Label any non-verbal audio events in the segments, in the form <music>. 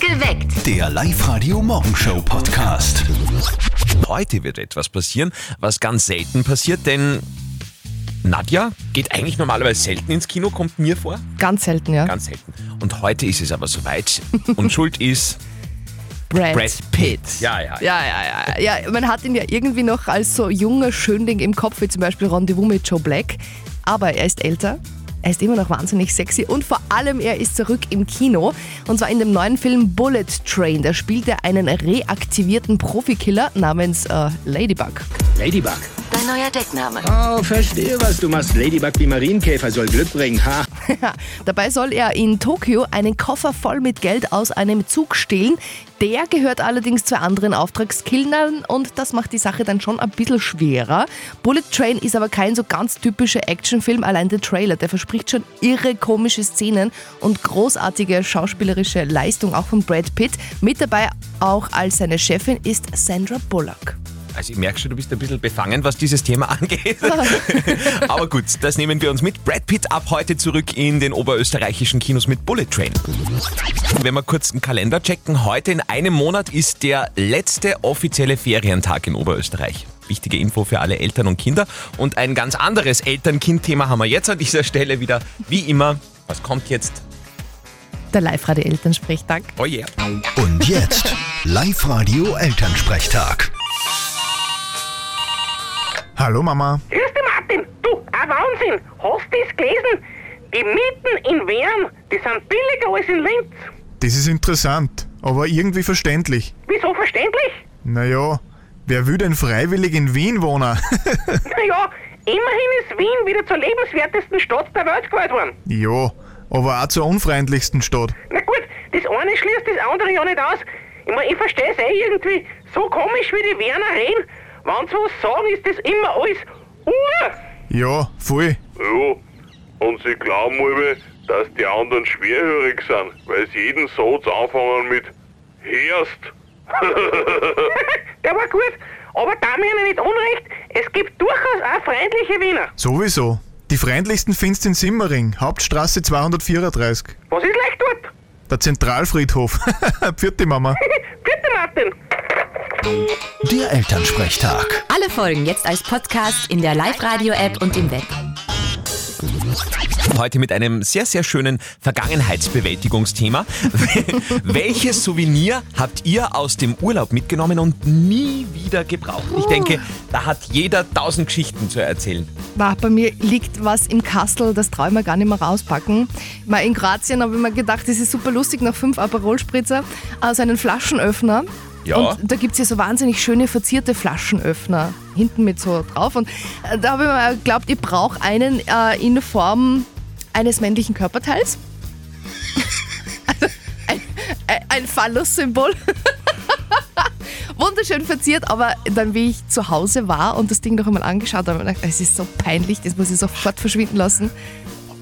Geweckt. Der Live-Radio-Morgenshow-Podcast. Heute wird etwas passieren, was ganz selten passiert, denn Nadja geht eigentlich normalerweise selten ins Kino, kommt mir vor. Ganz selten, ja. Ganz selten. Und heute ist es aber soweit. Und schuld ist <laughs> Brad. Brad Pitt. Ja, ja. ja. Ja, ja, ja, ja. Man hat ihn ja irgendwie noch als so junger Schönling im Kopf, wie zum Beispiel Rendezvous mit Joe Black. Aber er ist älter, er ist immer noch wahnsinnig sexy und vor allem er ist zurück im Kino. Und zwar in dem neuen Film Bullet Train. Da spielt er einen reaktivierten Profikiller namens äh, Ladybug. Ladybug. Dein neuer Deckname. Ah. Oh, verstehe, was du machst. Ladybug wie Marienkäfer soll Glück bringen. Ha. Dabei soll er in Tokio einen Koffer voll mit Geld aus einem Zug stehlen. Der gehört allerdings zu anderen Auftragskillern und das macht die Sache dann schon ein bisschen schwerer. Bullet Train ist aber kein so ganz typischer Actionfilm, allein der Trailer, der verspricht schon irre komische Szenen und großartige schauspielerische Leistung auch von Brad Pitt. Mit dabei auch als seine Chefin ist Sandra Bullock. Also ich merke schon, du bist ein bisschen befangen, was dieses Thema <laughs> angeht. aber gut, das nehmen wir uns mit. Brad Pitt ab heute zurück in den oberösterreichischen Kinos mit Bullet Train. Wenn wir kurz den Kalender checken, heute in einem Monat ist der letzte offizielle Ferientag in Oberösterreich. Wichtige Info für alle Eltern und Kinder. Und ein ganz anderes Eltern-Kind-Thema haben wir jetzt an dieser Stelle wieder. Wie immer, was kommt jetzt? Der Live-Radio-Elternsprechtag. Oh yeah. Und jetzt Live-Radio-Elternsprechtag. Hallo Mama. Grüß dich, Martin. Du, ein Wahnsinn. Hast du das gelesen? Die Mieten in Wern, die sind billiger als in Linz. Das ist interessant, aber irgendwie verständlich. Wieso verständlich? <laughs> Naja, wer will denn freiwillig in Wien wohnen? <laughs> Naja, immerhin ist Wien wieder zur lebenswertesten Stadt der Welt gewählt worden. ja, aber auch zur unfreundlichsten Stadt. Na gut, das eine schließt das andere ja nicht aus. Ich mein, ich versteh's eh irgendwie. So komisch wie die Werner reden. Wenn sie was sagen, ist das immer alles Uhr. <laughs> Ja, voll. Ja, und sie glauben alle, dass die anderen schwerhörig sind, weil sie jeden Satz anfangen mit Herst. Der war gut. Aber da mir nicht unrecht, es gibt durchaus auch freundliche Wiener. Sowieso. Die freundlichsten findest in Simmering, Hauptstraße 234. Was ist leicht dort? Der Zentralfriedhof. <laughs> Vierte Mama. Bitte, Martin. Der Elternsprechtag. Alle Folgen jetzt als Podcast in der Live-Radio-App und im Web. Heute mit einem sehr, sehr schönen Vergangenheitsbewältigungsthema. <laughs> Welches Souvenir habt ihr aus dem Urlaub mitgenommen und nie wieder gebraucht? Ich denke, da hat jeder tausend Geschichten zu erzählen. Bah, bei mir liegt was im Kastel, das traue ich mir gar nicht mehr rauspacken. Mal in Kroatien habe ich mir gedacht, das ist super lustig, nach fünf Aperol-Spritzer, also einen Flaschenöffner. Ja. Und da gibt es ja so wahnsinnig schöne verzierte Flaschenöffner, hinten mit so drauf. Und äh, da habe ich mir geglaubt, ich brauche einen äh, in Form eines männlichen Körperteils. <laughs> also ein, ein, ein Phallus-Symbol. <laughs> wunderschön verziert, aber dann, wie ich zu Hause war und das Ding noch einmal angeschaut habe, habe ich gedacht, es ist so peinlich, das muss ich sofort verschwinden lassen.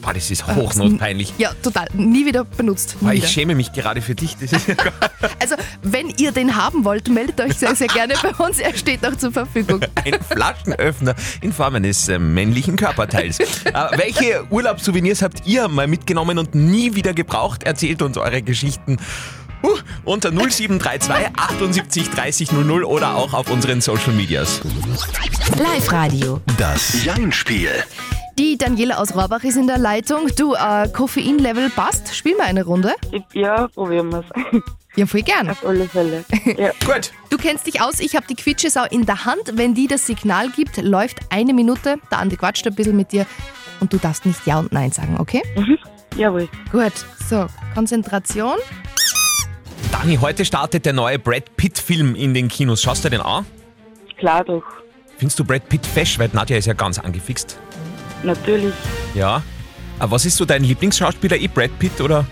Boah, das ist hochnotpeinlich. Ja, total. Nie wieder benutzt. Nie Boah, ich wieder. schäme mich gerade für dich. Das ist ja gar- Also, wenn ihr den haben wollt, meldet euch sehr, sehr gerne bei uns. Er steht noch zur Verfügung. ein Flaschenöffner in Form eines äh, männlichen Körperteils. Äh, welche Urlaubssouvenirs habt ihr mal mitgenommen und nie wieder gebraucht? Erzählt uns eure Geschichten. Uh, unter 0732 78 30 00 oder auch auf unseren Social Medias. Live-Radio. Das Jein-Spiel. Die Daniela aus Rohrbach ist in der Leitung. Du, äh, Koffeinlevel passt? Spiel mal eine Runde. Ja, probieren wir es. Ja, voll gern. Auf alle Fälle. Ja. Gut. Du kennst dich aus, ich habe die Quitschesau in der Hand. Wenn die das Signal gibt, läuft eine Minute. Der Andi quatscht ein bisschen mit dir und du darfst nicht Ja und Nein sagen, okay? Jawohl. Gut, so, Konzentration. Dani, heute startet der neue Brad Pitt-Film in den Kinos. Schaust du den an? Klar doch. Findest du Brad Pitt fesch? Weil Nadja ist ja ganz angefixt. Natürlich. Ja. Aber was ist so dein Lieblingsschauspieler? Ich Brad Pitt oder?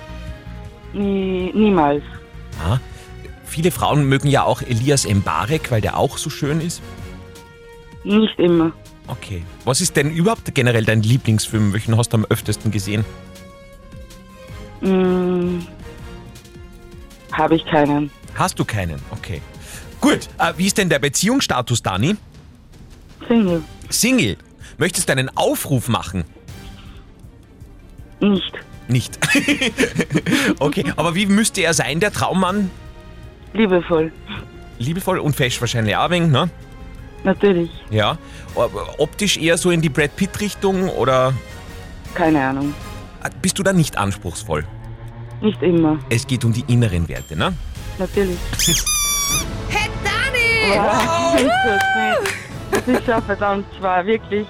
Nie, niemals. Ah. Viele Frauen mögen ja auch Elias Mbarek, weil der auch so schön ist. Nicht immer. Okay. Was ist denn überhaupt generell dein Lieblingsfilm? Welchen hast du am öftesten gesehen? Hm, Habe ich keinen. Hast du keinen? Okay. Gut. Äh, wie ist denn der Beziehungsstatus, Dani? Single. Single. Möchtest du einen Aufruf machen? Nicht. Nicht. <laughs> okay, aber wie müsste er sein, der Traummann? Liebevoll. Liebevoll und fesch wahrscheinlich auch ein wenig, ne? Natürlich. Ja. Aber Optisch eher so in die Brad Pitt-Richtung oder Ah, Keine Ahnung. bist du da nicht anspruchsvoll? Nicht immer. Es geht um die inneren Werte, ne? Natürlich. Wow, ist das nicht. Das ist schon verdammt schwer, wirklich.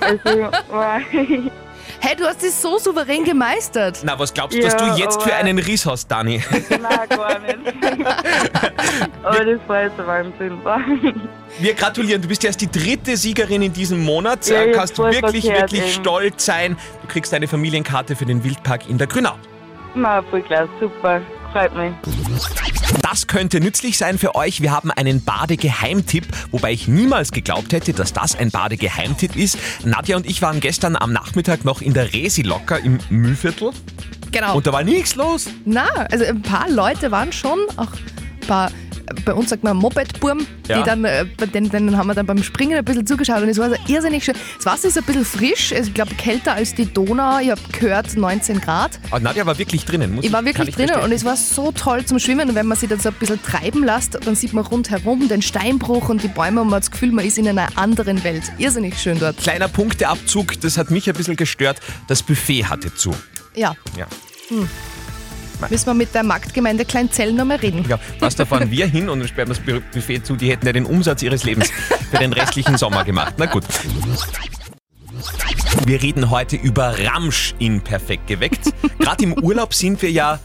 Also, wow. Hey, du hast es so souverän gemeistert. Na, was glaubst du, dass Ja, du jetzt für aber- einen Riss hast, <laughs> Dani? Nein, gar nicht. Aber das war jetzt Wahnsinn. Wow. Wir gratulieren, du bist erst die dritte Siegerin in diesem Monat. Ja, Äh, ja, Kannst du voll wirklich, verkehrt, wirklich eben. stolz sein. Du kriegst eine Familienkarte für den Wildpark in der Grünau. Na, voll klar, super. Freut mich. Das könnte nützlich sein für euch. Wir haben einen Badegeheimtipp, wobei ich niemals geglaubt hätte, dass das ein Badegeheimtipp ist. Nadja und ich waren gestern am Nachmittag noch in der Resi locker im Mühlviertel Genau. und da war nichts los. Na, also ein paar Leute waren schon, auch ein paar, bei uns sagt man Mopedburm, Ja. die dann, äh, bei denen, denen haben wir dann beim Springen ein bisschen zugeschaut und es war so irrsinnig schön. Das Wasser ist ein bisschen frisch, also ich glaube kälter als die Donau, ich habe gehört 19 Grad. Aber Nadja war wirklich drinnen. Muss Ich war kann wirklich drinnen verstehen. und es war so toll zum Schwimmen. Und wenn man sich dann so ein bisschen treiben lässt, dann sieht man rundherum den Steinbruch und die Bäume und man hat das Gefühl, man ist in einer anderen Welt. Irrsinnig schön dort. Kleiner Punkteabzug, das hat mich ein bisschen gestört. Das Buffet hatte zu. Ja, Ja. müssen wir mit der Marktgemeinde Kleinzell nochmal reden. Ja, was da fahren wir hin und dann sperren wir das Bu- Buffet zu. Die hätten ja den Umsatz ihres Lebens für den restlichen Sommer gemacht. Na gut. Wir reden heute über Ramsch in Perfekt geweckt. Gerade im Urlaub sind wir ja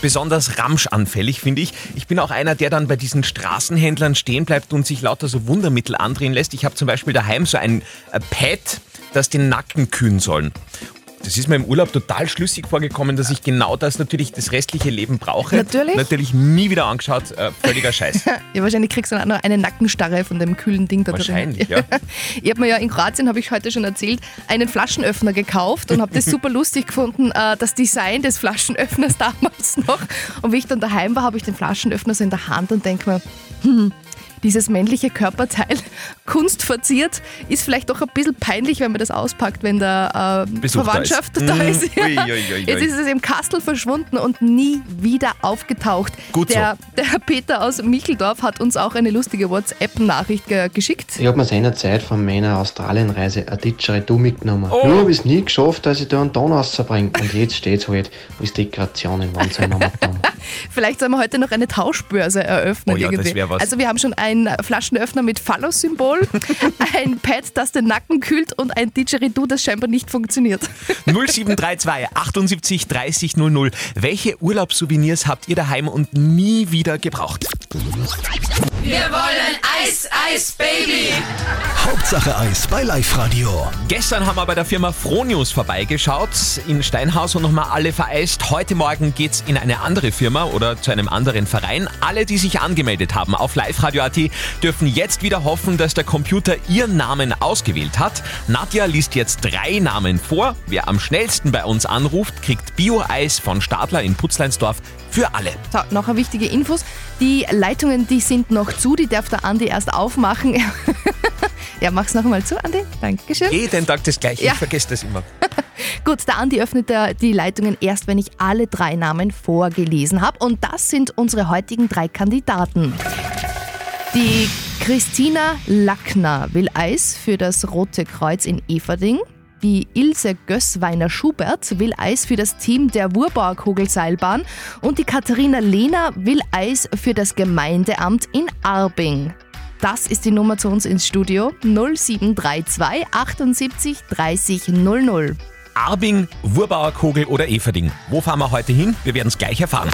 besonders ramschanfällig, finde ich. Ich bin auch einer, der dann bei diesen Straßenhändlern stehen bleibt und sich lauter so Wundermittel andrehen lässt. Ich habe zum Beispiel daheim so ein äh, Pad, das den Nacken kühlen sollen. Das ist mir im Urlaub total schlüssig vorgekommen, dass ich genau das natürlich das restliche Leben brauche. Natürlich. Natürlich nie wieder angeschaut. Äh, völliger Scheiß. Ja, wahrscheinlich kriegst du dann auch noch eine Nackenstarre von dem kühlen Ding da Wahrscheinlich, drin. ja. <laughs> Ich habe mir ja in Kroatien, habe ich heute schon erzählt, einen Flaschenöffner gekauft <laughs> und habe das super lustig gefunden, äh, das Design des Flaschenöffners <laughs> damals noch. Und wie ich dann daheim war, habe ich den Flaschenöffner so in der Hand und denke mir, hm, dieses männliche Körperteil, <laughs> kunstverziert, ist vielleicht doch ein bisschen peinlich, wenn man das auspackt, wenn der äh, Besuch da Verwandtschaft ist. da ist. <laughs> Mm, ui, ui, ui, ui. Jetzt ist es im Kastel verschwunden und nie wieder aufgetaucht. Gut so. der, der Peter aus Micheldorf hat uns auch eine lustige WhatsApp-Nachricht ge geschickt. Ich habe mir seinerzeit von meiner Australienreise eine Ditscheredu mitgenommen. Oh. Nur habe ich es nie geschafft, dass ich da einen Ton rausbringe. Und jetzt steht es halt als Dekoration im Wohnzimmer. Vielleicht sollen wir heute noch eine Tauschbörse eröffnen. Oh ja, das irgendwie. wär was. Also wir haben schon einen Flaschenöffner <laughs> mit Phallus-Symbol, ein Pad, das den Nacken kühlt und ein Didgeridoo, das scheinbar nicht funktioniert. 0732 78 30 00. Welche Urlaubssouvenirs habt ihr daheim und nie wieder gebraucht? Wir wollen Eis, Eis, Baby. Hauptsache Eis bei Live Radio. Gestern haben wir bei der Firma Fronius vorbeigeschaut in Steinhaus und nochmal alle vereist. Heute Morgen geht's in eine andere Firma oder zu einem anderen Verein. Alle, die sich angemeldet haben auf Live Radio AT, dürfen jetzt wieder hoffen, dass der Computer ihren Namen ausgewählt hat. Nadja liest jetzt drei Namen vor. Wer am schnellsten bei uns anruft, kriegt Bio-Eis von Stadler in Putzleinsdorf für alle. So, nachher wichtige Infos. Die Leitungen, die sind noch zu, die darf der Andi erst aufmachen. <laughs> ja, mach's noch einmal zu, Andi. Dankeschön. Jeden Tag das Gleiche, Ja. ich vergesse das immer. Gut, der Andi öffnet da die Leitungen erst, wenn ich alle drei Namen vorgelesen habe. Und das sind unsere heutigen drei Kandidaten. Die Christina Lackner will Eis für das Rote Kreuz in Everding. Die Ilse Gößweiner Schubert will Eis für das Team der Wurbauer Kugelseilbahn und die Katharina Lehner will Eis für das Gemeindeamt in Arbing. Das ist die Nummer zu uns ins Studio 0732 78 30 00. Arbing, Wurbauer Kogel oder Everding. Wo fahren wir heute hin? Wir werden es gleich erfahren.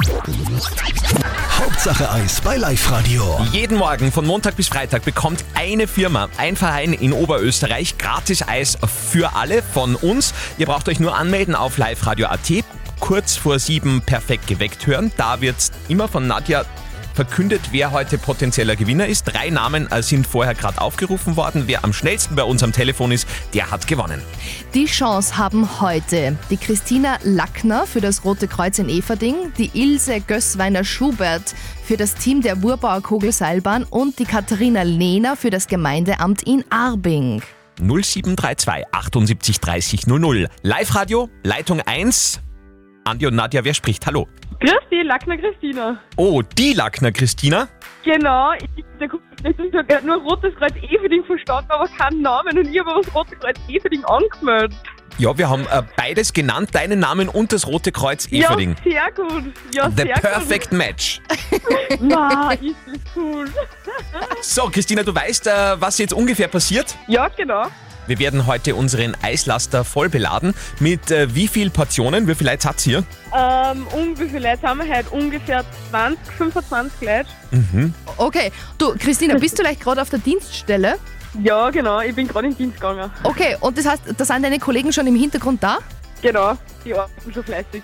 Hauptsache Eis bei Live Radio. Jeden Morgen von Montag bis Freitag bekommt eine Firma, ein Verein in Oberösterreich gratis Eis für alle von uns. Ihr braucht euch nur anmelden auf liveradio.at. Kurz vor sieben perfekt geweckt hören. Da wird immer von Nadja verkündet, wer heute potenzieller Gewinner ist. Drei Namen äh, sind vorher gerade aufgerufen worden. Wer am schnellsten bei uns am Telefon ist, der hat gewonnen. Die Chance haben heute die Christina Lackner für das Rote Kreuz in Everding, die Ilse Gößweiner Schubert für das Team der Wurbauer Kugelseilbahn und die Katharina Lehner für das Gemeindeamt in Arbing. 0732 78 30 00. Live-Radio, Leitung 1. Andi und Nadja, wer spricht? Hallo. Grüß dich, Lackner Christina. Oh, die Lackner Christina. Genau, ich, der guckt das ist ja gerade nur Rotes Kreuz Everding verstanden, aber keinen Namen. Und ich habe aber das Rotes Kreuz Everding angemeldet. Ja, wir haben äh, beides genannt, deinen Namen und das Rote Kreuz Everding. Ja, sehr gut. Ja, The sehr perfect match. gut. Ma, ist das cool. So, Christina, du weißt, äh, was jetzt ungefähr passiert? Ja, genau. Wir werden heute unseren Eislaster voll beladen. Mit äh, wie viel Portionen? Wie viel Leute hat's hier? Ähm, um, wie viele Leute haben wir heute? Ungefähr 20, 25 Leute. Mhm. Okay, du, Christina, bist du vielleicht gerade auf der Dienststelle? Ja, genau, ich bin gerade in den Dienst gegangen. Okay, und das heißt, da sind deine Kollegen schon im Hintergrund da? Genau, die arbeiten schon fleißig.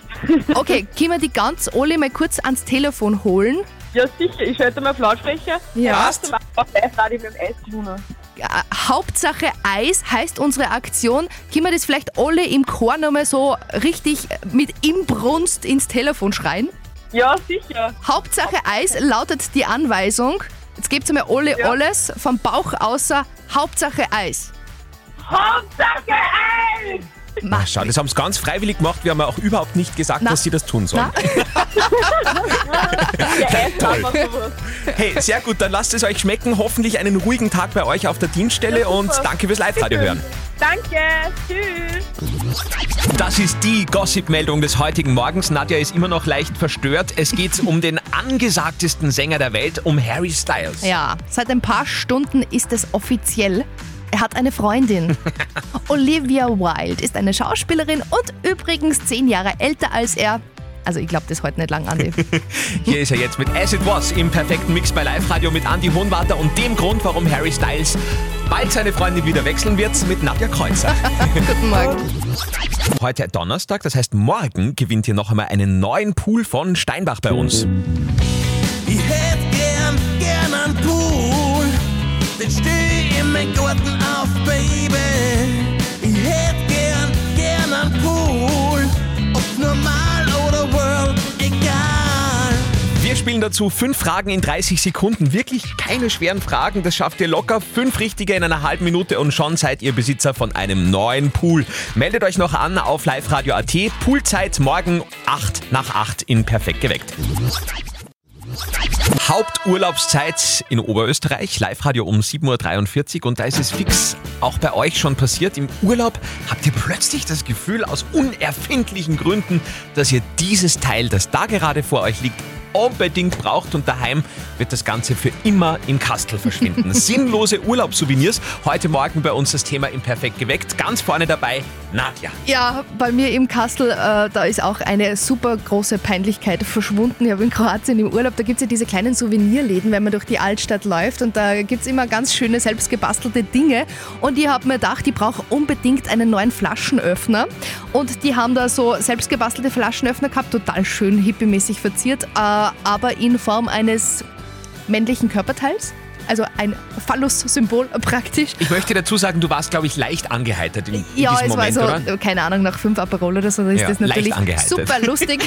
Okay, können wir die ganz alle mal kurz ans Telefon holen? Ja, sicher, ich schalte mal auf Lautsprecher. Ja. Passt. Dann machen wir live Radio mit dem Eishuhner. Ja, Hauptsache Eis heißt unsere Aktion. Können wir das vielleicht alle im Chor nochmal so richtig mit Imbrunst ins Telefon schreien? Ja, sicher. Hauptsache Eis lautet die Anweisung. Jetzt gebt mir alle alles vom Bauch außer Hauptsache Eis. Hauptsache Eis! Ach, Ah, schau, das haben sie ganz freiwillig gemacht. Wir haben ja auch überhaupt nicht gesagt, dass sie das tun sollen. <laughs> Ja, erst Toll. haben wir sowas. Hey, sehr gut, dann lasst es euch schmecken. Hoffentlich einen ruhigen Tag bei euch auf der Dienststelle und danke fürs Live-Radio hören. Danke, tschüss. Das ist die Gossip-Meldung des heutigen Morgens. Nadja ist immer noch leicht verstört. Es geht um den angesagtesten Sänger der Welt, um Harry Styles. Ja, seit ein paar Stunden ist es offiziell. Er hat eine Freundin. Olivia Wilde ist eine Schauspielerin und übrigens zehn Jahre älter als er. Also ich glaube das heute nicht lang, Andi. Hier ist er jetzt mit As It Was im perfekten Mix bei Live Radio mit Andy Hohenwarter und dem Grund, warum Harry Styles bald seine Freundin wieder wechseln wird mit Nadja Kreuzer. Guten Morgen. Heute Donnerstag, das heißt morgen gewinnt ihr noch einmal einen neuen Pool von Steinbach bei uns. Ich hätt gern, gern einen Pool, den steh in meinem Garten auf, Baby. Ich hätt gern, gern einen Pool, ob normal oder world, egal. Wir spielen dazu fünf Fragen in 30 Sekunden. Wirklich keine schweren Fragen. Das schafft ihr locker. Fünf richtige in einer halben Minute und schon seid ihr Besitzer von einem neuen Pool. Meldet euch noch an auf liveradio.at. Poolzeit morgen 8 nach 8 in Perfekt geweckt. Haupturlaubszeit in Oberösterreich, Live-Radio um 7.43 Uhr und da ist es fix auch bei euch schon passiert. Im Urlaub habt ihr plötzlich das Gefühl aus unerfindlichen Gründen, dass ihr dieses Teil, das da gerade vor euch liegt, unbedingt braucht und daheim wird das Ganze für immer im Kastel <laughs> verschwinden. Sinnlose Urlaubssouvenirs, heute Morgen bei uns das Thema im Perfekt geweckt. Ganz vorne dabei Nadja. Ja, bei mir im Kastel, äh, da ist auch eine super große Peinlichkeit verschwunden. Ich habe in Kroatien im Urlaub, da gibt es ja diese kleinen Souvenirläden, wenn man durch die Altstadt läuft und da gibt es immer ganz schöne selbstgebastelte Dinge. Und ich habe mir gedacht, ich brauche unbedingt einen neuen Flaschenöffner. Und die haben da so selbstgebastelte Flaschenöffner gehabt, total schön hippiemäßig verziert, äh, aber in Form eines männlichen Körperteils. Also ein Phallus-Symbol praktisch. Ich möchte dazu sagen, du warst, glaube ich, leicht angehetert in, in Ja, diesem es Moment, war oder? so, keine Ahnung, nach fünf Aperol oder so, da ist Ja, das leicht natürlich angeheitert. super <laughs> lustig.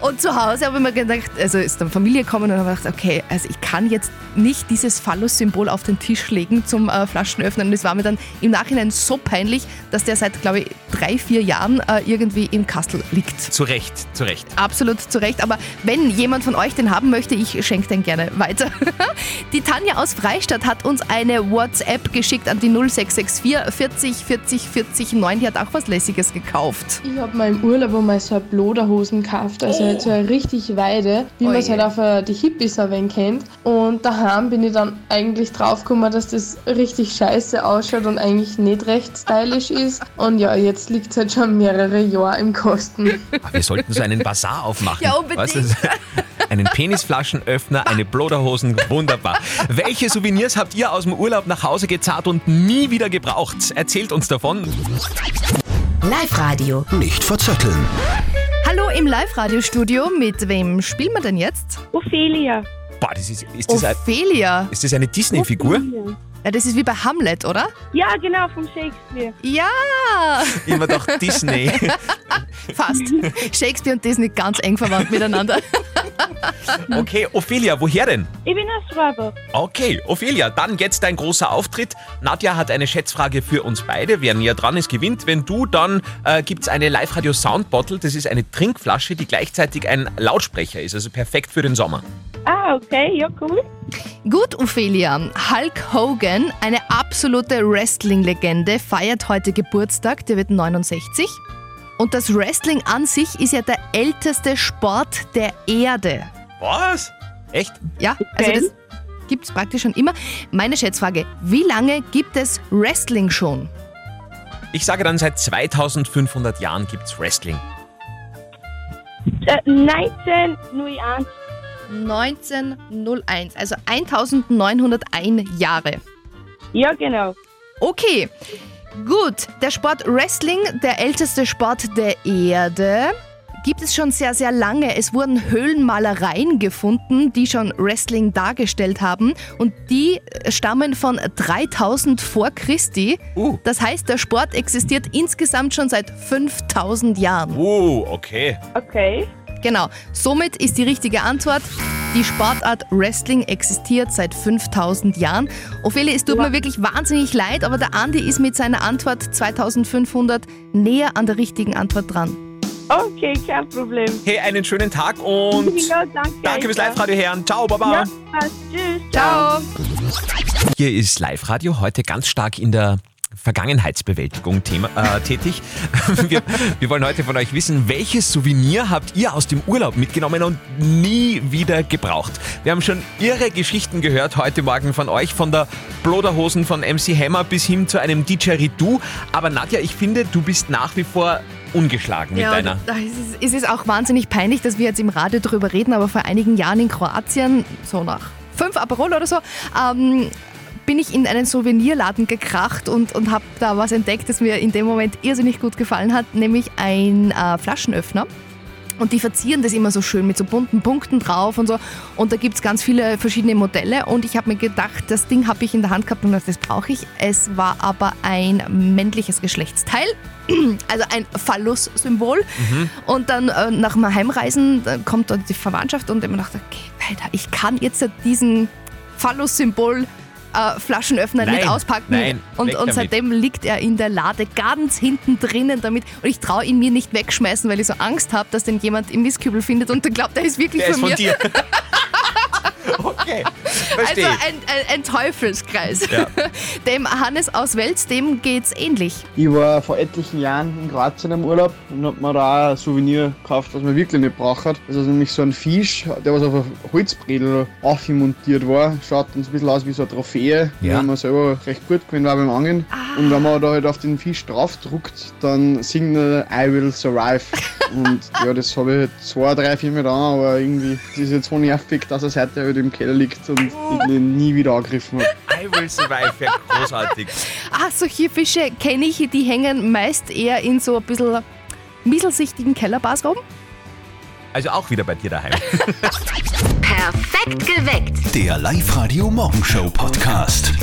Und zu Hause habe ich mir gedacht, also ist dann Familie gekommen und habe gedacht, okay, also ich kann jetzt nicht dieses Phallus-Symbol auf den Tisch legen zum äh, Flaschenöffnen. Und es war mir dann im Nachhinein so peinlich, dass der seit, glaube ich, drei, vier Jahren äh, irgendwie im Kastel liegt. Zu Recht, zu Recht. Absolut zu Recht, aber wenn jemand von euch den haben möchte, ich schenke den gerne weiter. <laughs> Die Tanja aus Freistadt hat uns eine WhatsApp geschickt an die 0664 40 40 40 9. Die hat auch was Lässiges gekauft. Ich habe mal im Urlaub einmal so eine Bloderhosen gekauft, also Oh. halt so eine richtig weite, wie man es Oje. halt auf äh, die Hippies ein wenig kennt. Und daheim bin ich dann eigentlich draufgekommen, dass das richtig scheiße ausschaut und eigentlich nicht recht stylisch ist. Und ja, jetzt liegt es halt schon mehrere Jahre im Kosten. Aber wir sollten so einen Bazar aufmachen. Ja, unbedingt. du? einen Penisflaschenöffner, eine Bloderhosen, wunderbar. Welche Souvenirs habt ihr aus dem Urlaub nach Hause gezahlt und nie wieder gebraucht? Erzählt uns davon. Live-Radio. Nicht verzetteln. Hallo im Live-Radio-Studio. Mit wem spielen wir denn jetzt? <laughs> Ophelia. Boah, das ist, ist, das, ein, Ophelia. ist das eine Disney-Figur? Ja, das ist wie bei Hamlet, oder? Ja, genau, vom Shakespeare. Ja! <laughs> Immer doch Disney. <laughs> Fast. Shakespeare und Disney ganz eng verwandt miteinander. Okay, Ophelia, woher denn? Ich bin aus Schwabach. Okay, Ophelia, dann jetzt dein großer Auftritt. Nadja hat eine Schätzfrage für uns beide. Wer näher dran ist, gewinnt. Wenn du, dann äh, gibt es eine Live-Radio Sound Bottle. Das ist eine Trinkflasche, die gleichzeitig ein Lautsprecher ist. Also perfekt für den Sommer. Ah, okay, ja, cool. Gut, Ophelia. Hulk Hogan, eine absolute Wrestling-Legende, feiert heute Geburtstag. Der wird 69. Und das Wrestling an sich ist ja der älteste Sport der Erde. Was? Echt? Ja, also das gibt es praktisch schon immer. Meine Schätzfrage, wie lange gibt es Wrestling schon? Ich sage dann, seit 2500 Jahren gibt es Wrestling. Äh, 1901. 1901, also 1901 Jahre. Ja, genau. Okay, gut. Der Sport Wrestling, der älteste Sport der Erde, gibt es schon sehr, sehr lange. Es wurden Höhlenmalereien gefunden, die schon Wrestling dargestellt haben. Und die äh, stammen von 3000 vor Christi. Uh. Das heißt, der Sport existiert insgesamt schon seit 5000 Jahren. Oh, okay. Okay. Genau, somit ist die richtige Antwort. Die Sportart Wrestling existiert seit 5000 Jahren. Ophelia, es tut mir wirklich wahnsinnig leid, aber der Andi ist mit seiner Antwort 2500 näher an der richtigen Antwort dran. Okay, kein Problem. Hey, einen schönen Tag und ja, danke. danke fürs Live-Radio-Herren. Ciao, Baba. Ja, passt. tschüss. Ciao. Hier ist Live-Radio heute ganz stark in der Vergangenheitsbewältigung Thema, äh, tätig. <laughs> Wir, wir wollen heute von euch wissen, welches Souvenir habt ihr aus dem Urlaub mitgenommen und nie wieder gebraucht? Wir haben schon irre Geschichten gehört heute Morgen von euch, von der Bloderhosen von MC Hammer bis hin zu einem Didgeridoo. Aber Nadja, ich finde, du bist nach wie vor ungeschlagen mit deiner. da ist es, ist es auch wahnsinnig peinlich, dass wir jetzt im Radio drüber reden, aber vor einigen Jahren in Kroatien, so nach fünf Aperol oder so, ähm, bin ich in einen Souvenirladen gekracht und, und habe da was entdeckt, das mir in dem Moment irrsinnig gut gefallen hat, nämlich ein äh, Flaschenöffner. Und die verzieren das immer so schön mit so bunten Punkten drauf und so. Und da gibt es ganz viele verschiedene Modelle. Und ich habe mir gedacht, das Ding habe ich in der Hand gehabt und dachte, das brauche ich. Es war aber ein männliches Geschlechtsteil, <clears throat> also ein Phallus-Symbol. Mhm. Und dann äh, nach dem Heimreisen dann kommt dann die Verwandtschaft und ich mir dachte, okay, weiter, ich kann jetzt diesen Phallus-Symbol. Äh, Flaschenöffner Nein, nicht auspacken nein, und, weg und damit. seitdem liegt er in der Lade ganz hinten drinnen damit und ich traue ihn mir nicht wegschmeißen, weil ich so Angst habe, dass den jemand im Mistkübel findet und dann glaubt, der ist wirklich Der von ist von mir. dir. <laughs> okay, Also verstehe. ein, ein, ein Teufelskreis. Ja. <laughs> Dem Hannes aus Wels, dem geht's ähnlich. Ich war vor etlichen Jahren in Kroatien im Urlaub und hab mir da ein Souvenir gekauft, das man wirklich nicht braucht. Das ist nämlich so ein Fisch, der was auf ein Holzbredel aufmontiert war. Schaut uns ein bisschen aus wie so eine Trophäe, Ja. wenn man selber recht gut gewesen war beim Angeln. Und wenn man da halt auf den Fisch draufdruckt, dann singt er I will survive. und ja, das habe ich halt zwei, drei, vier Mal da, aber irgendwie das ist jetzt so nervig, dass er seither halt im Keller liegt und ich ihn nie wieder angegriffen habe. I will survive, ja, großartig. Ah, solche Fische kenne ich, die hängen meist eher in so ein bisschen mieselsichtigen Kellerbars rum. Also auch wieder bei dir daheim. Perfekt geweckt. Der Live-Radio Morgenshow Podcast.